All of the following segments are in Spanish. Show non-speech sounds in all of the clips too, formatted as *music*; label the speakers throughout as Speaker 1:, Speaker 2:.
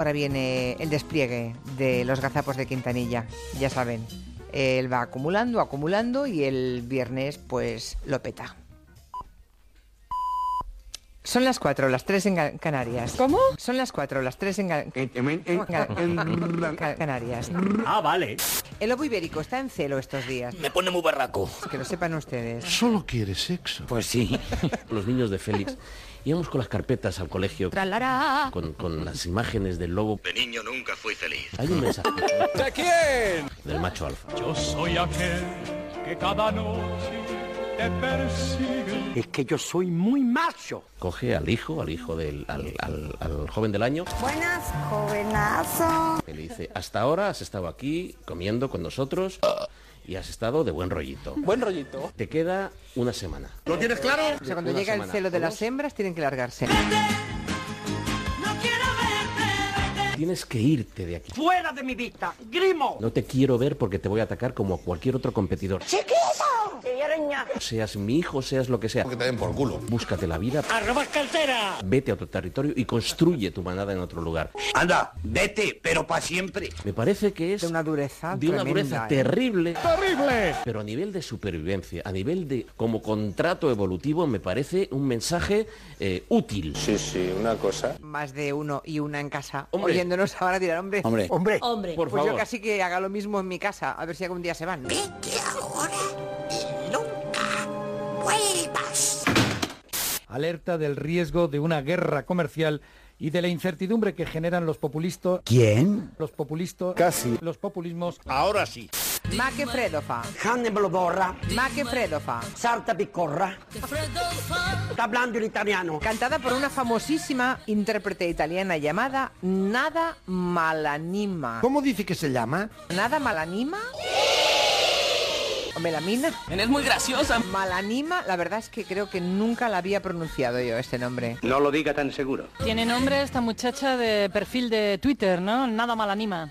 Speaker 1: Ahora viene el despliegue de los gazapos de Quintanilla, ya saben. Él va acumulando, acumulando y el viernes pues lo peta. Son las cuatro, las tres en Ga- Canarias.
Speaker 2: ¿Cómo?
Speaker 1: Son las cuatro, las tres en Ga- Ga- Ca- Canarias.
Speaker 3: Ah, vale.
Speaker 1: El lobo ibérico está en celo estos días,
Speaker 3: Me pone muy barraco.
Speaker 1: que lo sepan ustedes.
Speaker 4: Solo quiere sexo.
Speaker 3: Pues sí. *laughs* Los niños de Félix. Íbamos con las carpetas al colegio. Con, con las imágenes del lobo. De niño nunca fui feliz. Hay un mensaje. ¿De quién? Del macho alfa.
Speaker 5: Yo soy aquel que cada noche te persigue.
Speaker 6: Es que yo soy muy macho.
Speaker 3: Coge al hijo, al hijo del al, al- al joven del año.
Speaker 7: Buenas, jovenazo.
Speaker 3: Y le dice, hasta ahora has estado aquí comiendo con nosotros y has estado de buen rollito.
Speaker 6: Buen rollito.
Speaker 3: Te queda una semana.
Speaker 4: ¿Lo tienes claro?
Speaker 1: O sea, cuando
Speaker 3: Una
Speaker 1: llega el
Speaker 3: semana,
Speaker 1: celo de
Speaker 3: o
Speaker 1: las
Speaker 3: dos.
Speaker 1: hembras tienen que largarse.
Speaker 3: Tienes que irte de aquí.
Speaker 6: Fuera de mi vista. Grimo.
Speaker 3: No te quiero ver porque te voy a atacar como a cualquier otro competidor. Seas mi hijo, seas lo que sea.
Speaker 4: Que te den por culo.
Speaker 3: Búscate la vida,
Speaker 6: Arroba cartera.
Speaker 3: vete a otro territorio y construye tu manada en otro lugar.
Speaker 8: Anda, vete, pero para siempre.
Speaker 3: Me parece que es
Speaker 1: De una dureza
Speaker 3: de una
Speaker 1: tremenda,
Speaker 3: dureza
Speaker 1: ¿eh?
Speaker 3: terrible,
Speaker 5: ¡Terrible!
Speaker 3: pero a nivel de supervivencia, a nivel de como contrato evolutivo, me parece un mensaje eh, útil.
Speaker 8: Sí, sí, una cosa.
Speaker 1: Más de uno y una en casa
Speaker 3: Hombre.
Speaker 1: oyéndonos ahora dirán, hombre,
Speaker 8: Hombre,
Speaker 6: Hombre.
Speaker 9: Hombre,
Speaker 3: Por
Speaker 1: pues yo
Speaker 3: favor.
Speaker 1: casi que haga lo mismo en mi casa, a ver si algún día se van.
Speaker 5: Alerta del riesgo de una guerra comercial y de la incertidumbre que generan los populistas.
Speaker 8: ¿quién?
Speaker 5: Los populistas.
Speaker 8: Casi.
Speaker 5: Los populismos.
Speaker 4: Ahora sí.
Speaker 1: Ma che freddo fa,
Speaker 6: Hanne me lo borra.
Speaker 1: ma che freddo fa.
Speaker 6: Sarta picorra. Está hablando en italiano.
Speaker 1: Cantada por una famosísima intérprete italiana llamada Nada Malanima.
Speaker 4: ¿Cómo dice que se llama?
Speaker 1: ¿Nada Malanima? ¿O Melamina?
Speaker 6: Es muy graciosa.
Speaker 1: Malanima, la verdad es que creo que nunca la había pronunciado yo este nombre.
Speaker 8: No lo diga tan seguro.
Speaker 9: tiene nombre esta muchacha de perfil de Twitter, ¿no? Nada mal anima.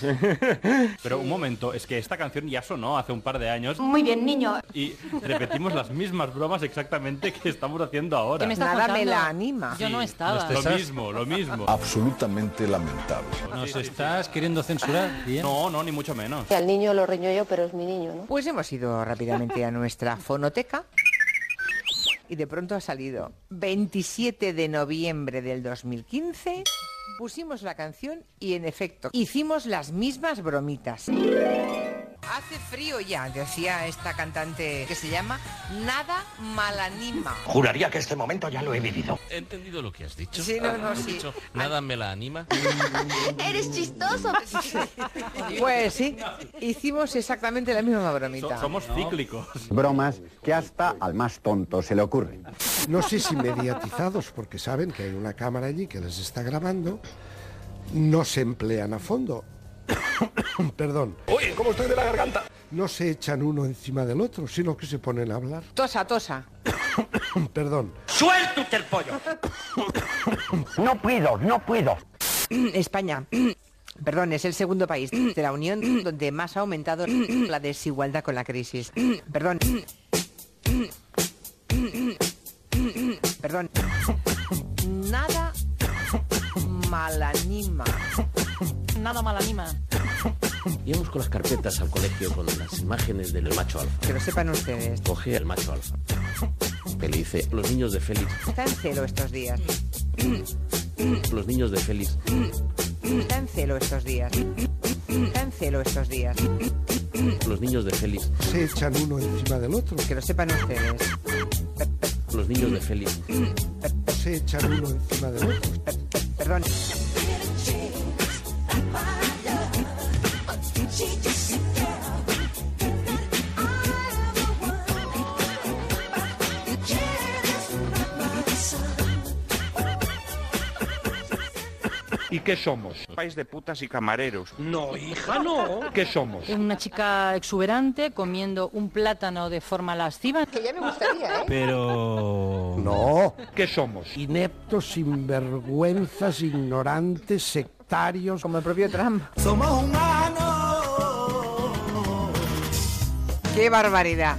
Speaker 5: Pero un momento, es que esta canción ya sonó hace un par de años
Speaker 9: Muy bien, niño.
Speaker 5: y repetimos las mismas bromas exactamente que estamos haciendo ahora.
Speaker 9: ¿Qué me estás
Speaker 1: Nada me
Speaker 9: contando?
Speaker 1: la anima.
Speaker 9: Yo no estaba.
Speaker 5: Lo mismo, lo mismo.
Speaker 4: Absolutamente lamentable.
Speaker 5: ¿Nos estás queriendo censurar? No, no, ni mucho menos.
Speaker 10: Al niño lo reño yo, pero es mi niño, ¿no?
Speaker 1: Pues hemos ido rápidamente a nuestra fonoteca y de pronto ha salido 27 de noviembre del 2015. Pusimos la canción y en efecto hicimos las mismas bromitas. Hace frío ya, decía esta cantante que se llama Nada Malanima.
Speaker 8: Juraría que este momento ya lo he vivido.
Speaker 3: He entendido lo que has dicho.
Speaker 1: Sí, no, no, sí.
Speaker 3: Nada me la anima.
Speaker 10: Eres chistoso.
Speaker 1: Pues sí, hicimos exactamente la misma
Speaker 5: So-
Speaker 1: bromita.
Speaker 5: somos cíclicos.
Speaker 8: Bromas que hasta al más tonto se le ocurren.
Speaker 4: No sé si mediatizados, porque saben que hay una cámara allí que les está grabando, no se emplean a fondo. Perdón. Oye, ¿cómo estoy de la garganta? No se echan uno encima del otro, sino que se ponen a hablar.
Speaker 1: Tosa, tosa.
Speaker 4: Perdón.
Speaker 6: Suéltate el pollo. No puedo, no puedo.
Speaker 1: España. *clears throat* Perdón, es el segundo país de la Unión donde más ha aumentado la desigualdad con la crisis. Perdón. Perdón. Nada malanima.
Speaker 9: Nada mal anima.
Speaker 3: Íbamos con las carpetas al colegio con las imágenes del macho alfa.
Speaker 1: Que lo sepan ustedes.
Speaker 3: Coge al macho alfa. Que le dice, los niños de Félix,
Speaker 1: Está en celo estos días.
Speaker 3: los niños de Félix,
Speaker 1: Está en celo estos días. Está en celo estos días.
Speaker 3: los niños de Félix,
Speaker 4: Se echan uno encima del otro.
Speaker 1: Que lo sepan ustedes.
Speaker 3: los niños de Félix.
Speaker 4: Se echan uno encima del otro.
Speaker 1: Perdón.
Speaker 5: ¿Y qué somos?
Speaker 8: Pais de putas y camareros.
Speaker 6: No, hija, no.
Speaker 5: ¿Qué somos?
Speaker 9: Es una chica exuberante comiendo un plátano de forma lasciva.
Speaker 10: *laughs* Que ya me gustaría, ¿eh?
Speaker 5: Pero...
Speaker 4: No.
Speaker 5: ¿Qué somos?
Speaker 4: Ineptos, sinvergüenzas, ignorantes, sectarios.
Speaker 1: Como el propio Trump. Somos humanos. ¡Qué barbaridad!